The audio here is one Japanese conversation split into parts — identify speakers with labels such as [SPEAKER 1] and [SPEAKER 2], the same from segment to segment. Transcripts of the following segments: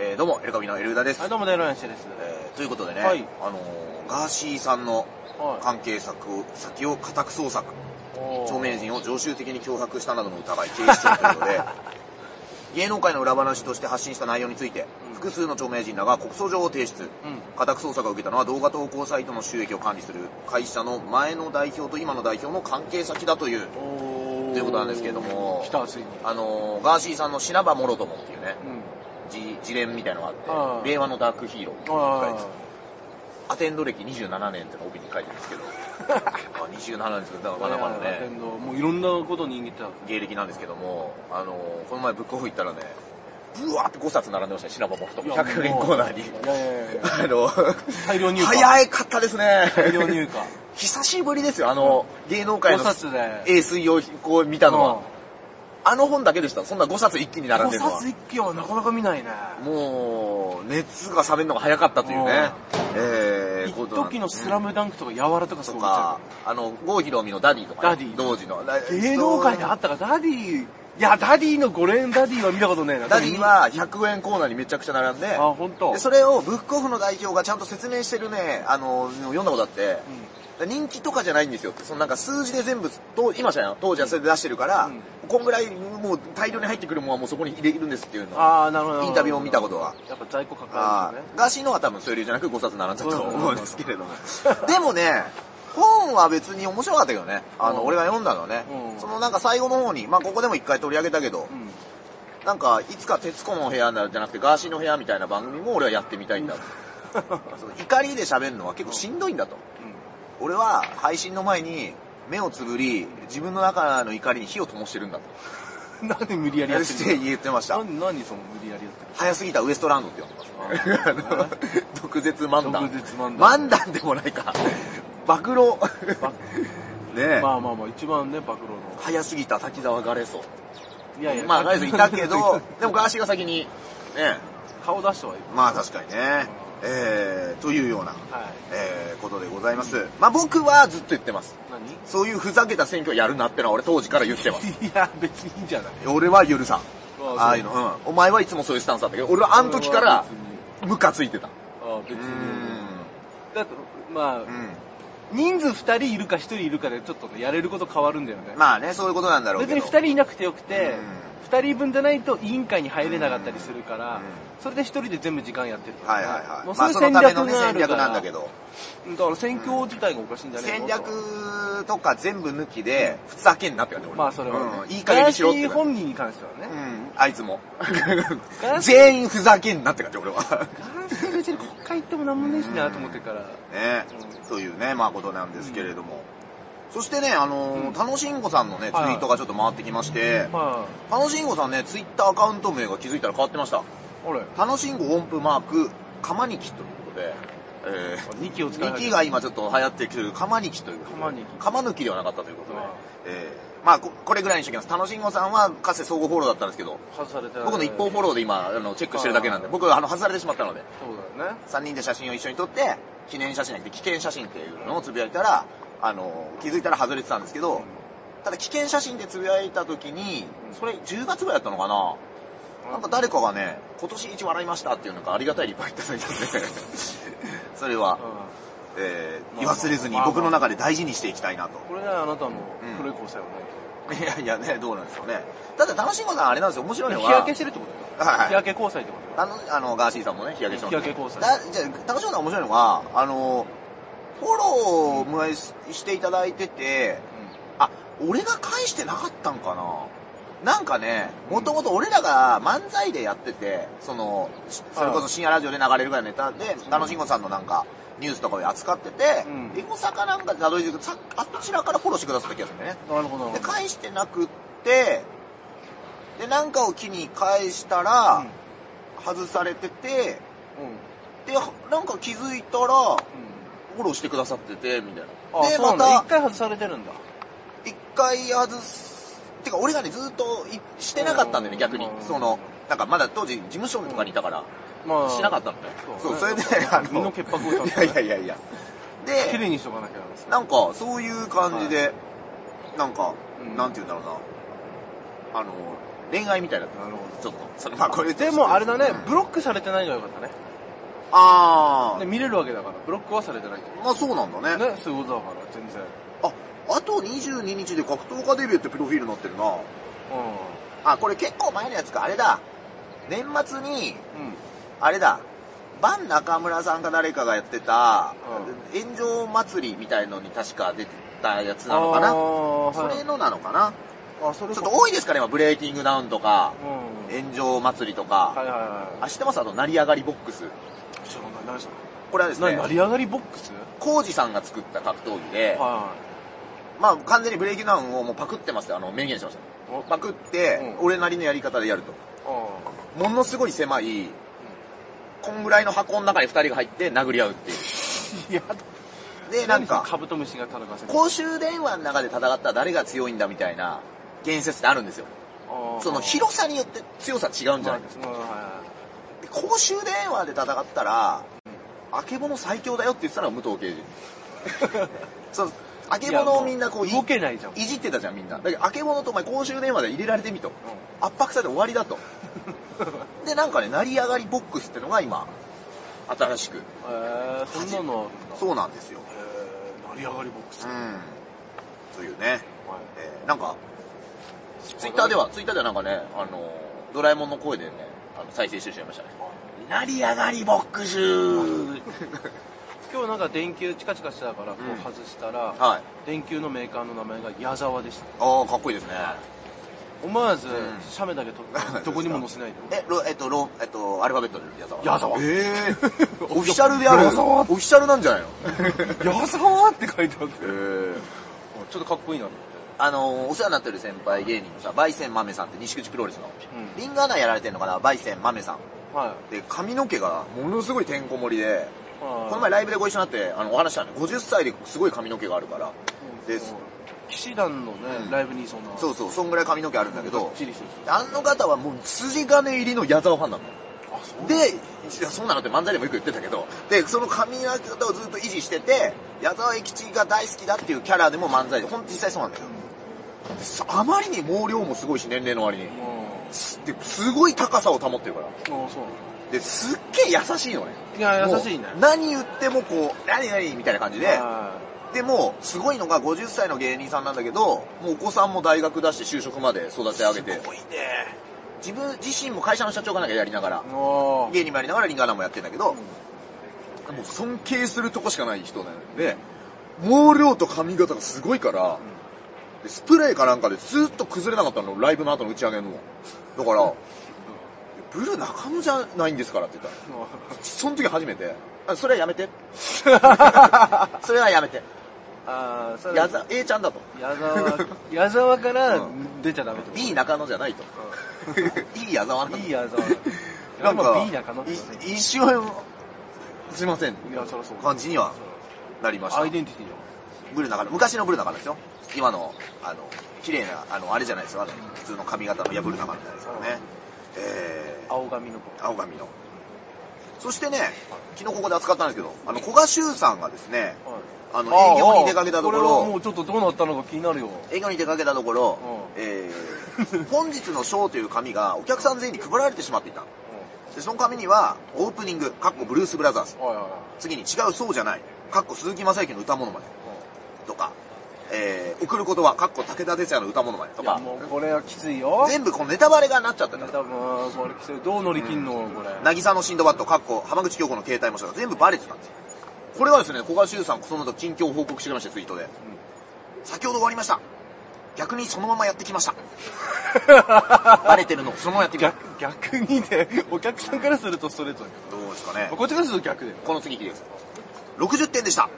[SPEAKER 1] えーどうも、エルカビのエルウダです。
[SPEAKER 2] はい、どうも、ネロヤンシです。
[SPEAKER 1] えーということでね、
[SPEAKER 2] はい
[SPEAKER 1] あのーガーシーさんの
[SPEAKER 2] はい
[SPEAKER 1] 関係作を先を家宅捜索、著名人を常習的に脅迫したなどの疑い、警視庁ということ で、芸能界の裏話として発信した内容について、
[SPEAKER 2] うん
[SPEAKER 1] 複数の著名人らが告訴状を提出。
[SPEAKER 2] うん。
[SPEAKER 1] 家宅捜索を受けたのは動画投稿サイトの収益を管理する会社の前の代表と今の代表の関係先だという、
[SPEAKER 2] おー
[SPEAKER 1] ということなんですけれども
[SPEAKER 2] 来た、ついに。
[SPEAKER 1] あのーガーシーさんの品場諸友っていうね、
[SPEAKER 2] うん。
[SPEAKER 1] じ自伝みたいのがあっ
[SPEAKER 2] あ
[SPEAKER 1] て、
[SPEAKER 2] ー
[SPEAKER 1] 令和のダークヒーローっていうのが書いてある
[SPEAKER 2] あ
[SPEAKER 1] アテンド歴27年っていうのが帯に書いてるんですけど、あ27年ですけど、だ
[SPEAKER 2] あ。
[SPEAKER 1] からまだまだ
[SPEAKER 2] 天
[SPEAKER 1] ね、
[SPEAKER 2] 童もういろんなことに握ってた。
[SPEAKER 1] 芸歴なんですけども、あのーこの前ブックオフ行ったらね、ブワーって5冊並んでましたね、シナバモフと
[SPEAKER 2] いや
[SPEAKER 1] 100円コーナーに。
[SPEAKER 2] いやいやいやいや
[SPEAKER 1] あの、
[SPEAKER 2] 大量入荷
[SPEAKER 1] 早かったですね。
[SPEAKER 2] 大量入荷。
[SPEAKER 1] 久しぶりですよ、あの、芸能界
[SPEAKER 2] 5
[SPEAKER 1] の
[SPEAKER 2] 冊で。
[SPEAKER 1] 英水をこう見たのは。あの本だけでした、そんな5冊一気に並ん
[SPEAKER 2] 5
[SPEAKER 1] でるのは
[SPEAKER 2] 冊。一挙はなかなか見ないね。
[SPEAKER 1] もう、熱が冷めるのが早かったというね。えー、
[SPEAKER 2] 一
[SPEAKER 1] ことなんで
[SPEAKER 2] 時のスラムダンクとか柔らとかそ
[SPEAKER 1] と
[SPEAKER 2] う
[SPEAKER 1] か、あの、郷ひろみのダディとかね、
[SPEAKER 2] ダディ
[SPEAKER 1] 同時の。
[SPEAKER 2] 芸能界であ
[SPEAKER 1] っ
[SPEAKER 2] ったか、ダディ。いや、ダディの5連ダディは見たことねえな。
[SPEAKER 1] ダディ、は100円コーナーにめちゃくちゃ並んで、
[SPEAKER 2] あ、ほんと。
[SPEAKER 1] でそれをブックオフの代表がちゃんと説明してるね、あの、読んだことあって、人気とかじゃないんですよって、そのなんか数字で全部、と今じゃん、当時はそれで出してるから、
[SPEAKER 2] うん
[SPEAKER 1] こんぐらいもう大量に入ってくるものはもうそこに入れるんですっていうのを
[SPEAKER 2] ああ、なるほど。
[SPEAKER 1] インタビューを見たことが。
[SPEAKER 2] やっぱ在庫かか
[SPEAKER 1] あ
[SPEAKER 2] るんですね。
[SPEAKER 1] ーガーシーのは多分そういう理由じゃなく5冊並んだと思うんですけれども
[SPEAKER 2] そうそう。
[SPEAKER 1] でもね、本は別に面白かったけどね。あの、
[SPEAKER 2] うん
[SPEAKER 1] 俺が読んだのはね、
[SPEAKER 2] うん
[SPEAKER 1] そのなんか最後の方に、まあここでも一回取り上げたけど
[SPEAKER 2] う、ん。
[SPEAKER 1] なんかいつか徹子の部屋なじゃなくてガーシーの部屋みたいな番組も俺はやってみたいんだと。その怒りで喋るのは結構しんどいんだと。俺は配信の前に目をつぶり、自分の中の怒りに火を灯してるんだと。
[SPEAKER 2] うん なんで無理やりや
[SPEAKER 1] やる
[SPEAKER 2] って
[SPEAKER 1] し
[SPEAKER 2] る
[SPEAKER 1] て
[SPEAKER 2] の
[SPEAKER 1] 言ってました
[SPEAKER 2] な。何その無理やりやってる
[SPEAKER 1] 早すぎたウエストランドって呼んで ます、ね。あ
[SPEAKER 2] あ
[SPEAKER 1] の毒舌漫談。
[SPEAKER 2] 毒舌漫談
[SPEAKER 1] 談。でもないか。暴露。
[SPEAKER 2] ば
[SPEAKER 1] ねえ、
[SPEAKER 2] まあまあまあ、一番ね、暴露の。
[SPEAKER 1] 早すぎた滝沢ガレソ。
[SPEAKER 2] いやいや、
[SPEAKER 1] まあガレソいたけど、でもガーシーが先に、ね
[SPEAKER 2] 顔出したはいる。
[SPEAKER 1] まあ確かにね。えー、というような、
[SPEAKER 2] はい。
[SPEAKER 1] えー、ことでございます。まあ僕はずっと言ってます。
[SPEAKER 2] 何い
[SPEAKER 1] そういうふざけた選挙やるなってのは俺当時から言ってます。
[SPEAKER 2] や、別にいいんじゃない
[SPEAKER 1] 俺は許さん。
[SPEAKER 2] ああ
[SPEAKER 1] ああいうの、うん。お前はいつもそういうスタンスだったけど、俺はあの時から
[SPEAKER 2] 別に
[SPEAKER 1] ムカついてた。
[SPEAKER 2] ああ、別
[SPEAKER 1] う
[SPEAKER 2] に。
[SPEAKER 1] ん。
[SPEAKER 2] だと、ま
[SPEAKER 1] う
[SPEAKER 2] あ、
[SPEAKER 1] ん。
[SPEAKER 2] 人数二人いるか一人いるかでちょっとねやれること変わるんだよね。
[SPEAKER 1] まあね、そういうことなんだろう
[SPEAKER 2] 別
[SPEAKER 1] けど。
[SPEAKER 2] に二人いなくてよくて、二人分じゃないと委員会に入れなかったりするか
[SPEAKER 1] う
[SPEAKER 2] ら
[SPEAKER 1] ん、
[SPEAKER 2] それで一人で全部時間やってるから。
[SPEAKER 1] はいはいはい。
[SPEAKER 2] も
[SPEAKER 1] ま
[SPEAKER 2] うそ
[SPEAKER 1] あ
[SPEAKER 2] れ
[SPEAKER 1] その
[SPEAKER 2] 戦
[SPEAKER 1] ため
[SPEAKER 2] 略
[SPEAKER 1] のね、
[SPEAKER 2] があ
[SPEAKER 1] 戦
[SPEAKER 2] るか
[SPEAKER 1] 略
[SPEAKER 2] ら。
[SPEAKER 1] なんだけど。
[SPEAKER 2] だから戦況自体がおかしいんじゃない
[SPEAKER 1] 戦
[SPEAKER 2] の
[SPEAKER 1] 略とか全部抜きで、ふざけんなって感じ、俺
[SPEAKER 2] まあそれは、ね
[SPEAKER 1] うん、いい加減にしろって
[SPEAKER 2] ガーシー
[SPEAKER 1] 感じ。
[SPEAKER 2] 本人に関しては
[SPEAKER 1] う
[SPEAKER 2] ね。
[SPEAKER 1] ん、あいつも
[SPEAKER 2] ガ。ーシ
[SPEAKER 1] 全員ふざけんなって感じ、俺は。
[SPEAKER 2] ガーシー別に国会行ってもなんもねえしなと思ってから。
[SPEAKER 1] ね
[SPEAKER 2] う、
[SPEAKER 1] というね、まあことなんですけれども。そしてね、あのー、
[SPEAKER 2] うん
[SPEAKER 1] 楽しんごさんのね、ツイ
[SPEAKER 2] はい
[SPEAKER 1] ートがちょっと回ってきまして、
[SPEAKER 2] ま
[SPEAKER 1] 楽しんごさんね、ツイッターアカウント名が気づいたら変わってました。
[SPEAKER 2] あ、あれ、
[SPEAKER 1] 楽しんご音符マーク、かまにきということで、えー、
[SPEAKER 2] 2期を使い
[SPEAKER 1] 力が今ちょっと流行ってきてる釜にきということで
[SPEAKER 2] 釜にき
[SPEAKER 1] 釜抜きではなかったということで
[SPEAKER 2] ああ、
[SPEAKER 1] えーまあここれぐらいにしときます楽しんごさんはかつて総合フォローだったんですけど
[SPEAKER 2] 外されてない
[SPEAKER 1] 僕の一方フォローで今あのチェックしてるだけなんで僕あの外されてしまったので
[SPEAKER 2] そうだよね。
[SPEAKER 1] 3人で写真を一緒に撮って記念写真じゃなくて危険写真っていうのをつぶやいたらあの気づいたら外れてたんですけどただ危険写真でつぶやいた時にそれ10月ぐらいだったのかななんか誰かがね今年一笑いましたっていうのがありがたいリプをいただいたんで それは
[SPEAKER 2] う
[SPEAKER 1] えー
[SPEAKER 2] まあ
[SPEAKER 1] 言わせれずに
[SPEAKER 2] まあまあ
[SPEAKER 1] 僕の中で大事にしていきたいなと
[SPEAKER 2] ん。。これがあなたの古い交際をね。
[SPEAKER 1] いやいやね、どうなんでしょうね。ただ、楽しいことはあれなんですよ、面白いの
[SPEAKER 2] 日
[SPEAKER 1] は。
[SPEAKER 2] 焼けしてるってことだよ。
[SPEAKER 1] はいはい
[SPEAKER 2] 日焼け交際ってことだよ。
[SPEAKER 1] あの、あの、ガーシーさんもね、日焼けしてます
[SPEAKER 2] 日焼け交差
[SPEAKER 1] だじゃあ、楽しいことは面白いのは、あの、フォローもえししていただいてて、あ、俺が返してなかったんかななんかね、もともと俺らが漫才でやってて、その、しそれこそ深夜ラジオで流れるぐらいのネタで、楽しんごさんのなんか、ニュースとかを扱ってて
[SPEAKER 2] うん、
[SPEAKER 1] エゴサかなんかでたどり着いて、さあちらからフォローしてくださった気がするんだよね。
[SPEAKER 2] うん。なるほど、な
[SPEAKER 1] で、
[SPEAKER 2] るほど。
[SPEAKER 1] 返してなくって、で、なんかを機に返したら、外されてて、
[SPEAKER 2] うん。うん。
[SPEAKER 1] で、なんか気づいたら、フォローしてくださってて、みたい
[SPEAKER 2] あ、
[SPEAKER 1] な。で、
[SPEAKER 2] そうな
[SPEAKER 1] ま
[SPEAKER 2] んだ。
[SPEAKER 1] た
[SPEAKER 2] 一、回外されてるんだ。
[SPEAKER 1] 一回外す、てか俺がね、ずっといしてなかったんだよね、
[SPEAKER 2] うん
[SPEAKER 1] 逆に
[SPEAKER 2] う。ん
[SPEAKER 1] その、なんかまだ当時事務所とかにいたから、
[SPEAKER 2] まあ。
[SPEAKER 1] しなかったんだよ。
[SPEAKER 2] そ
[SPEAKER 1] そうう、
[SPEAKER 2] ね
[SPEAKER 1] それで、あ
[SPEAKER 2] 身の潔白を
[SPEAKER 1] い
[SPEAKER 2] ちゃ
[SPEAKER 1] や
[SPEAKER 2] ん
[SPEAKER 1] い
[SPEAKER 2] と
[SPEAKER 1] や
[SPEAKER 2] ね
[SPEAKER 1] いやいや。
[SPEAKER 2] 綺
[SPEAKER 1] で、
[SPEAKER 2] 麗にしとかなきゃなんです
[SPEAKER 1] なんか、そういう感じで、なんか
[SPEAKER 2] う、ん
[SPEAKER 1] なんて言うんだろうな。あの、恋愛みたいだった。なるほど。ちょっと。それまあこれ
[SPEAKER 2] でもあれだね、ブ
[SPEAKER 1] ロ
[SPEAKER 2] ロックされてないのがよかったね。
[SPEAKER 1] あ
[SPEAKER 2] で
[SPEAKER 1] あ、
[SPEAKER 2] 見れるわけだから、ブロックはされてないけ
[SPEAKER 1] まあそうなんだね。
[SPEAKER 2] ど。ね、そういうことだから、全然。
[SPEAKER 1] あ、あと22日で格闘家デビューってプロフィールになってるな。
[SPEAKER 2] う
[SPEAKER 1] あ、これ結構前のやつか。あれだ。年末に、
[SPEAKER 2] ん。うん。
[SPEAKER 1] あれだ。バン中村さんか誰かがやってた、炎上祭りみたいのに確か出てたやつなのか
[SPEAKER 2] あー
[SPEAKER 1] な。そ
[SPEAKER 2] はい、
[SPEAKER 1] れのなのかな。
[SPEAKER 2] あ、それ
[SPEAKER 1] ちょ
[SPEAKER 2] か
[SPEAKER 1] っと多いですかね、今ブレイキングダウンとか、
[SPEAKER 2] うん。はい
[SPEAKER 1] 炎上祭りとか。
[SPEAKER 2] はいは
[SPEAKER 1] あ、知ってますあと、成り上がりボックス。
[SPEAKER 2] い。ちょっと何何それ。
[SPEAKER 1] これはです
[SPEAKER 2] 何、
[SPEAKER 1] ね
[SPEAKER 2] 成、り上がりボックス
[SPEAKER 1] コウジさんが作った格闘技
[SPEAKER 2] はい
[SPEAKER 1] で、
[SPEAKER 2] は
[SPEAKER 1] まあ完全にブレイキングダウンをもうパクってますよあの、明言しました。
[SPEAKER 2] い。お
[SPEAKER 1] パクって、
[SPEAKER 2] うん
[SPEAKER 1] 俺なりのやり方でやると。
[SPEAKER 2] う
[SPEAKER 1] ものすごい狭い、こんぐらいの箱の中に二人が入って殴り合うってい
[SPEAKER 2] ん。いや、
[SPEAKER 1] う。で、なんか、
[SPEAKER 2] カブトムシが田中先
[SPEAKER 1] 公衆電話の中で戦ったら誰が強いんだみたいな言説ってあるんですよ。その広さによって強さ違うんじゃないです
[SPEAKER 2] か。うんはいは
[SPEAKER 1] か。公衆電話で戦ったら、あけぼの最強だよって言ってたのが武藤刑事。 そう、あ
[SPEAKER 2] い
[SPEAKER 1] けぼのをみんなこう、
[SPEAKER 2] いやも動けないじゃん。
[SPEAKER 1] いじってたじゃんみんな。だけど、あけぼのとお前公衆電話で入れられてみと。圧迫されて終わりだと。 で、なんかね、成り上がりボックスってのが今、新しく。
[SPEAKER 2] えー、そんなのあるんだ。
[SPEAKER 1] そうなんですよ。
[SPEAKER 2] えー、成り上がりボックス。
[SPEAKER 1] う
[SPEAKER 2] はい
[SPEAKER 1] ん。というね。えーなんか、ツイッターでは、ツイッターではなんかね、あの、ドラえもんの声でね、あの再生してしまいましたね。成り上がりボックス
[SPEAKER 2] 今日なんか電球チカチカしてたから、こ
[SPEAKER 1] うん
[SPEAKER 2] う外したら、
[SPEAKER 1] はい。
[SPEAKER 2] 電球のメーカーの名前が矢沢でした。
[SPEAKER 1] ああ、かっこいいですね。
[SPEAKER 2] 思わず
[SPEAKER 1] ん、
[SPEAKER 2] 写メだけ 撮って、どこにも載せないで。
[SPEAKER 1] え、ロ、えっと、ロ、えっと、アルファベットで矢沢。
[SPEAKER 2] 矢沢
[SPEAKER 1] ええ オフィシャルである。
[SPEAKER 2] 矢沢
[SPEAKER 1] オフィシャルなんじゃないの
[SPEAKER 2] 矢沢って書いてあって。
[SPEAKER 1] ええ
[SPEAKER 2] ちょっとかっこいいなと思
[SPEAKER 1] あのお世話になってる先輩芸人のさ、バイセンマメさんって西口プロレスの、
[SPEAKER 2] うん
[SPEAKER 1] リンガーナやられてるのかな、バイセンマメさん。
[SPEAKER 2] って。はい。
[SPEAKER 1] で、髪の毛がものすごいてんこ盛りで、
[SPEAKER 2] こ
[SPEAKER 1] この前ライブでご一緒になって、あの、お話したね、50歳ですごい髪の毛があるから、で、そ
[SPEAKER 2] 騎士団のね、
[SPEAKER 1] うん
[SPEAKER 2] ライブにそんな
[SPEAKER 1] そうそう、そんぐらい髪の毛あるんだけ
[SPEAKER 2] が
[SPEAKER 1] ど
[SPEAKER 2] っ、ちりしてる人
[SPEAKER 1] あの方はもう筋金入りの矢沢ファンなの。
[SPEAKER 2] あそう
[SPEAKER 1] で、いやそんなのって漫才でもよく言ってたけど、で、その髪の毛をずっと維持してて、矢沢永吉が大好きだっていうキャラでも漫才で、ほんと実際そうなんだよ。でさあまりに毛量もすごいし、年齢の割に。
[SPEAKER 2] も
[SPEAKER 1] すですごい高さを保ってるから。
[SPEAKER 2] うもうそう
[SPEAKER 1] で、すっげえ優しいのね。
[SPEAKER 2] いや優しいね
[SPEAKER 1] もう何言ってもこう、何何みたいな感じで。
[SPEAKER 2] は
[SPEAKER 1] でも、すごいのが50歳の芸人さんなんだけど、もうお子さんも大学出して就職まで育て上げて
[SPEAKER 2] い、ごいね
[SPEAKER 1] 自分自身も会社の社長かなんかやりながら、
[SPEAKER 2] も
[SPEAKER 1] 芸人もやりながらリンガーナもやってんだけど、もう尊敬するとこしかない人なので、毛量と髪型がすごいから、でスプレーかなんかでずっと崩れなかったの、ライブの後の打ち上げの。だから、ブル中野じゃないんですからって言ったら、
[SPEAKER 2] うもう
[SPEAKER 1] その時初めて、あそれはやめ て。それはやめて。
[SPEAKER 2] ああそれ
[SPEAKER 1] 矢沢、A ちゃんだと。
[SPEAKER 2] 矢沢矢沢から
[SPEAKER 1] う
[SPEAKER 2] 出ちゃダメってこと
[SPEAKER 1] B 中野じゃない と。いい矢沢なんだ
[SPEAKER 2] いい矢沢
[SPEAKER 1] なんか
[SPEAKER 2] い、い中野ってことね
[SPEAKER 1] い一瞬、すいません、
[SPEAKER 2] いやそりゃそう
[SPEAKER 1] 感じにはなりました
[SPEAKER 2] アイ。デンティティ
[SPEAKER 1] ブル中野、昔のブル中野ですよ。今の、あの、綺麗な、あの、あれじゃないですよ。あの普通の髪型の、いや、ブル中野じゃないですからね。え
[SPEAKER 2] だ青髪の子
[SPEAKER 1] ー、青髪の。そしてね、昨日ここで扱ったんですけど、あの、古賀修さんがですね、あの、営業に出かけたとこ
[SPEAKER 2] れはも
[SPEAKER 1] ろ、
[SPEAKER 2] うちょっとどうなったのか気になるよ
[SPEAKER 1] 営業に出かけたところ
[SPEAKER 2] う、ん
[SPEAKER 1] えー、本日のショーという紙がお客さん全員に配られてしまっていた。で、その紙には、オープニング、かっこブルース・ブラザーズ。
[SPEAKER 2] はいはいは
[SPEAKER 1] 次に違うそうじゃない、かっこ鈴木雅之の歌物まで。とか、えー、送る言葉、かっこ武田鉄矢の歌物まで。と
[SPEAKER 2] いいや
[SPEAKER 1] か、
[SPEAKER 2] もうこれはきついよ
[SPEAKER 1] 全部このネタバレがなっちゃってたから。
[SPEAKER 2] 多分これきついどう乗り切んのこれ
[SPEAKER 1] 渚のシンドバッド、かっこ浜口京子の携帯模写が全部バレてたんですよ。これはですね、古賀修さん、その後近況を報告してくれました、ツイートで。先ほど終わりました。逆にそのままやってきました。バレてるのをそのままやってきまし
[SPEAKER 2] 逆逆にね、お客さんからするとストレートだけ
[SPEAKER 1] た。どうですかね
[SPEAKER 2] ど。こっちからすると逆で。
[SPEAKER 1] この次聞いてください。60点でした。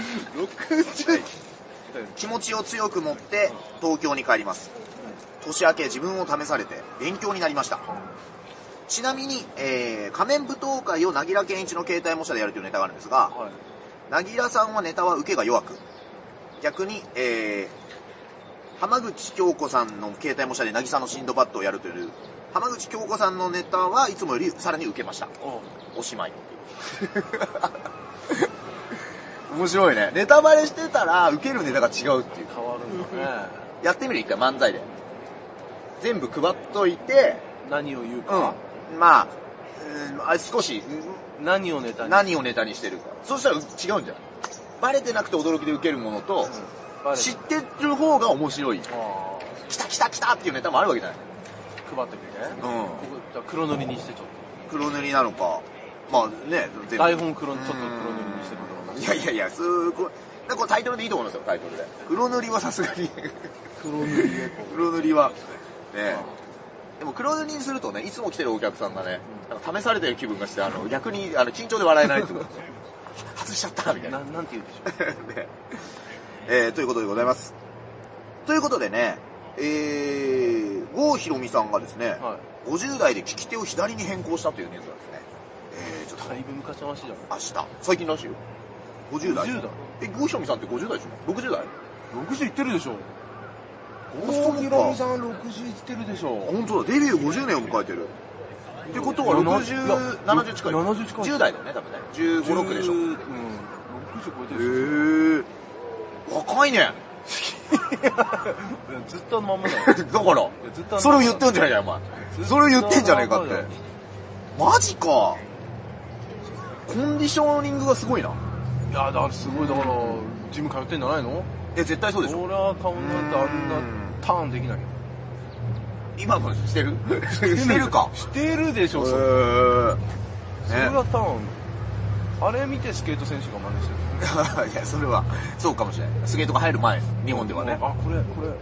[SPEAKER 2] 60
[SPEAKER 1] 気持ちを強く持って東京に帰ります年明け自分を試されて勉強になりましたちなみに、えー仮面舞踏会をなぎら健一の携帯模写でやるというネタがあるんですが
[SPEAKER 2] はい。
[SPEAKER 1] なぎらさんはネタは受けが弱く逆に、えー浜口京子さんの携帯模写で渚のシンドバッドをやるという浜口京子さんのネタはいつもよりさらに受けました
[SPEAKER 2] お
[SPEAKER 1] おしま い面白いねネタバレしてたら受けるネタが違うっていう
[SPEAKER 2] 変わるんだね。
[SPEAKER 1] やってみる一回漫才で。全部配っといて、
[SPEAKER 2] 何を言うか、
[SPEAKER 1] うん。まあ、うんあ少し、
[SPEAKER 2] 何をネタに
[SPEAKER 1] 何をネタにしてるか。そしたら違うんじゃん。バレてなくて驚きで受けるものと、
[SPEAKER 2] バレ
[SPEAKER 1] 知ってる方が面白い。
[SPEAKER 2] あ
[SPEAKER 1] 来た来た来たっていうネタもあるわけじゃない。
[SPEAKER 2] ー配ってくるね、こ
[SPEAKER 1] うん。
[SPEAKER 2] こじゃあ黒塗りにしてちょっ
[SPEAKER 1] 黒塗りなのか。まあね、全
[SPEAKER 2] と
[SPEAKER 1] 部
[SPEAKER 2] 台本黒ちょっと黒塗りにしてくる
[SPEAKER 1] いやいやいや、すごい。なんかこうタイトルでいいと思いますよ、タイトルで。黒塗りはさす がに。
[SPEAKER 2] 黒塗りでこう
[SPEAKER 1] 黒塗りは。ねえでも黒塗りにするとね、いつも来てるお客さんがね、なんか試されてる気分がして、あの、逆にあの緊張で笑えないってことですよ。 外しちゃったみたいな。
[SPEAKER 2] な
[SPEAKER 1] ね
[SPEAKER 2] なんて言うんでしょ
[SPEAKER 1] えーということでございます。ということでね、えー、郷ひろみさんがですね、
[SPEAKER 2] は
[SPEAKER 1] 50代で利き手を左に変更したというニュースなんですね。えー、ちょっ
[SPEAKER 2] う
[SPEAKER 1] と
[SPEAKER 2] だいぶ昔の話じゃん
[SPEAKER 1] 明日、最近らしいよ。50代。
[SPEAKER 2] 50代
[SPEAKER 1] え、郷ひろみさんって50代でしょ ?60 代
[SPEAKER 2] 60いってるでしょ
[SPEAKER 1] そう
[SPEAKER 2] 大
[SPEAKER 1] か
[SPEAKER 2] 木ろみさん60いってるでしょ
[SPEAKER 1] 本当だ、デビュー50年を迎えてる。ってことは
[SPEAKER 2] 70いや
[SPEAKER 1] 60、70近い。
[SPEAKER 2] 70近い
[SPEAKER 1] 10代だよね、多分ね。15、6でしょ
[SPEAKER 2] う。ん60超えてるでしょ
[SPEAKER 1] へえ。若いね。
[SPEAKER 2] いやずっとあのまんまだよ
[SPEAKER 1] だから
[SPEAKER 2] やずっとあ、の
[SPEAKER 1] それを言ってんじゃねえかよ、お前。それを言ってんじゃねえかって
[SPEAKER 2] ずっとあの。
[SPEAKER 1] マジか。コンディショニングがすごいな。
[SPEAKER 2] いやだからすごいだからジム通ってんじゃないの
[SPEAKER 1] え、絶対そうでしょ。
[SPEAKER 2] 俺は顔なんてあんなターンできないよ
[SPEAKER 1] 今の話 してるしてるか。
[SPEAKER 2] してるでし
[SPEAKER 1] へ
[SPEAKER 2] ょそれ
[SPEAKER 1] ー
[SPEAKER 2] それがターンあれ見てスケート選手が真似して る
[SPEAKER 1] ね。いや、それは、そうかもしれない。スケートが入る前、日本ではね。
[SPEAKER 2] あこれこれ
[SPEAKER 1] うん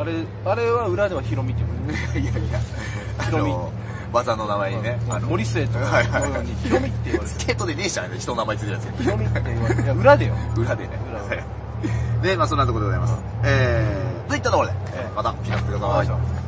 [SPEAKER 2] あれあれは裏ではヒロミって言う
[SPEAKER 1] いやいや、あの、技の名前にね、あの、
[SPEAKER 2] 森末とかのようにヒロミって言われ
[SPEAKER 1] スケートでねえじゃん、人の名前ついてるや
[SPEAKER 2] てヒロミって言われていや裏でよ
[SPEAKER 1] つ。裏でね。
[SPEAKER 2] 裏
[SPEAKER 1] はいで、まあそんなところでございます。えー、といったところで、えーまた、来なくてくだ
[SPEAKER 2] お願いし
[SPEAKER 1] さい
[SPEAKER 2] ま。す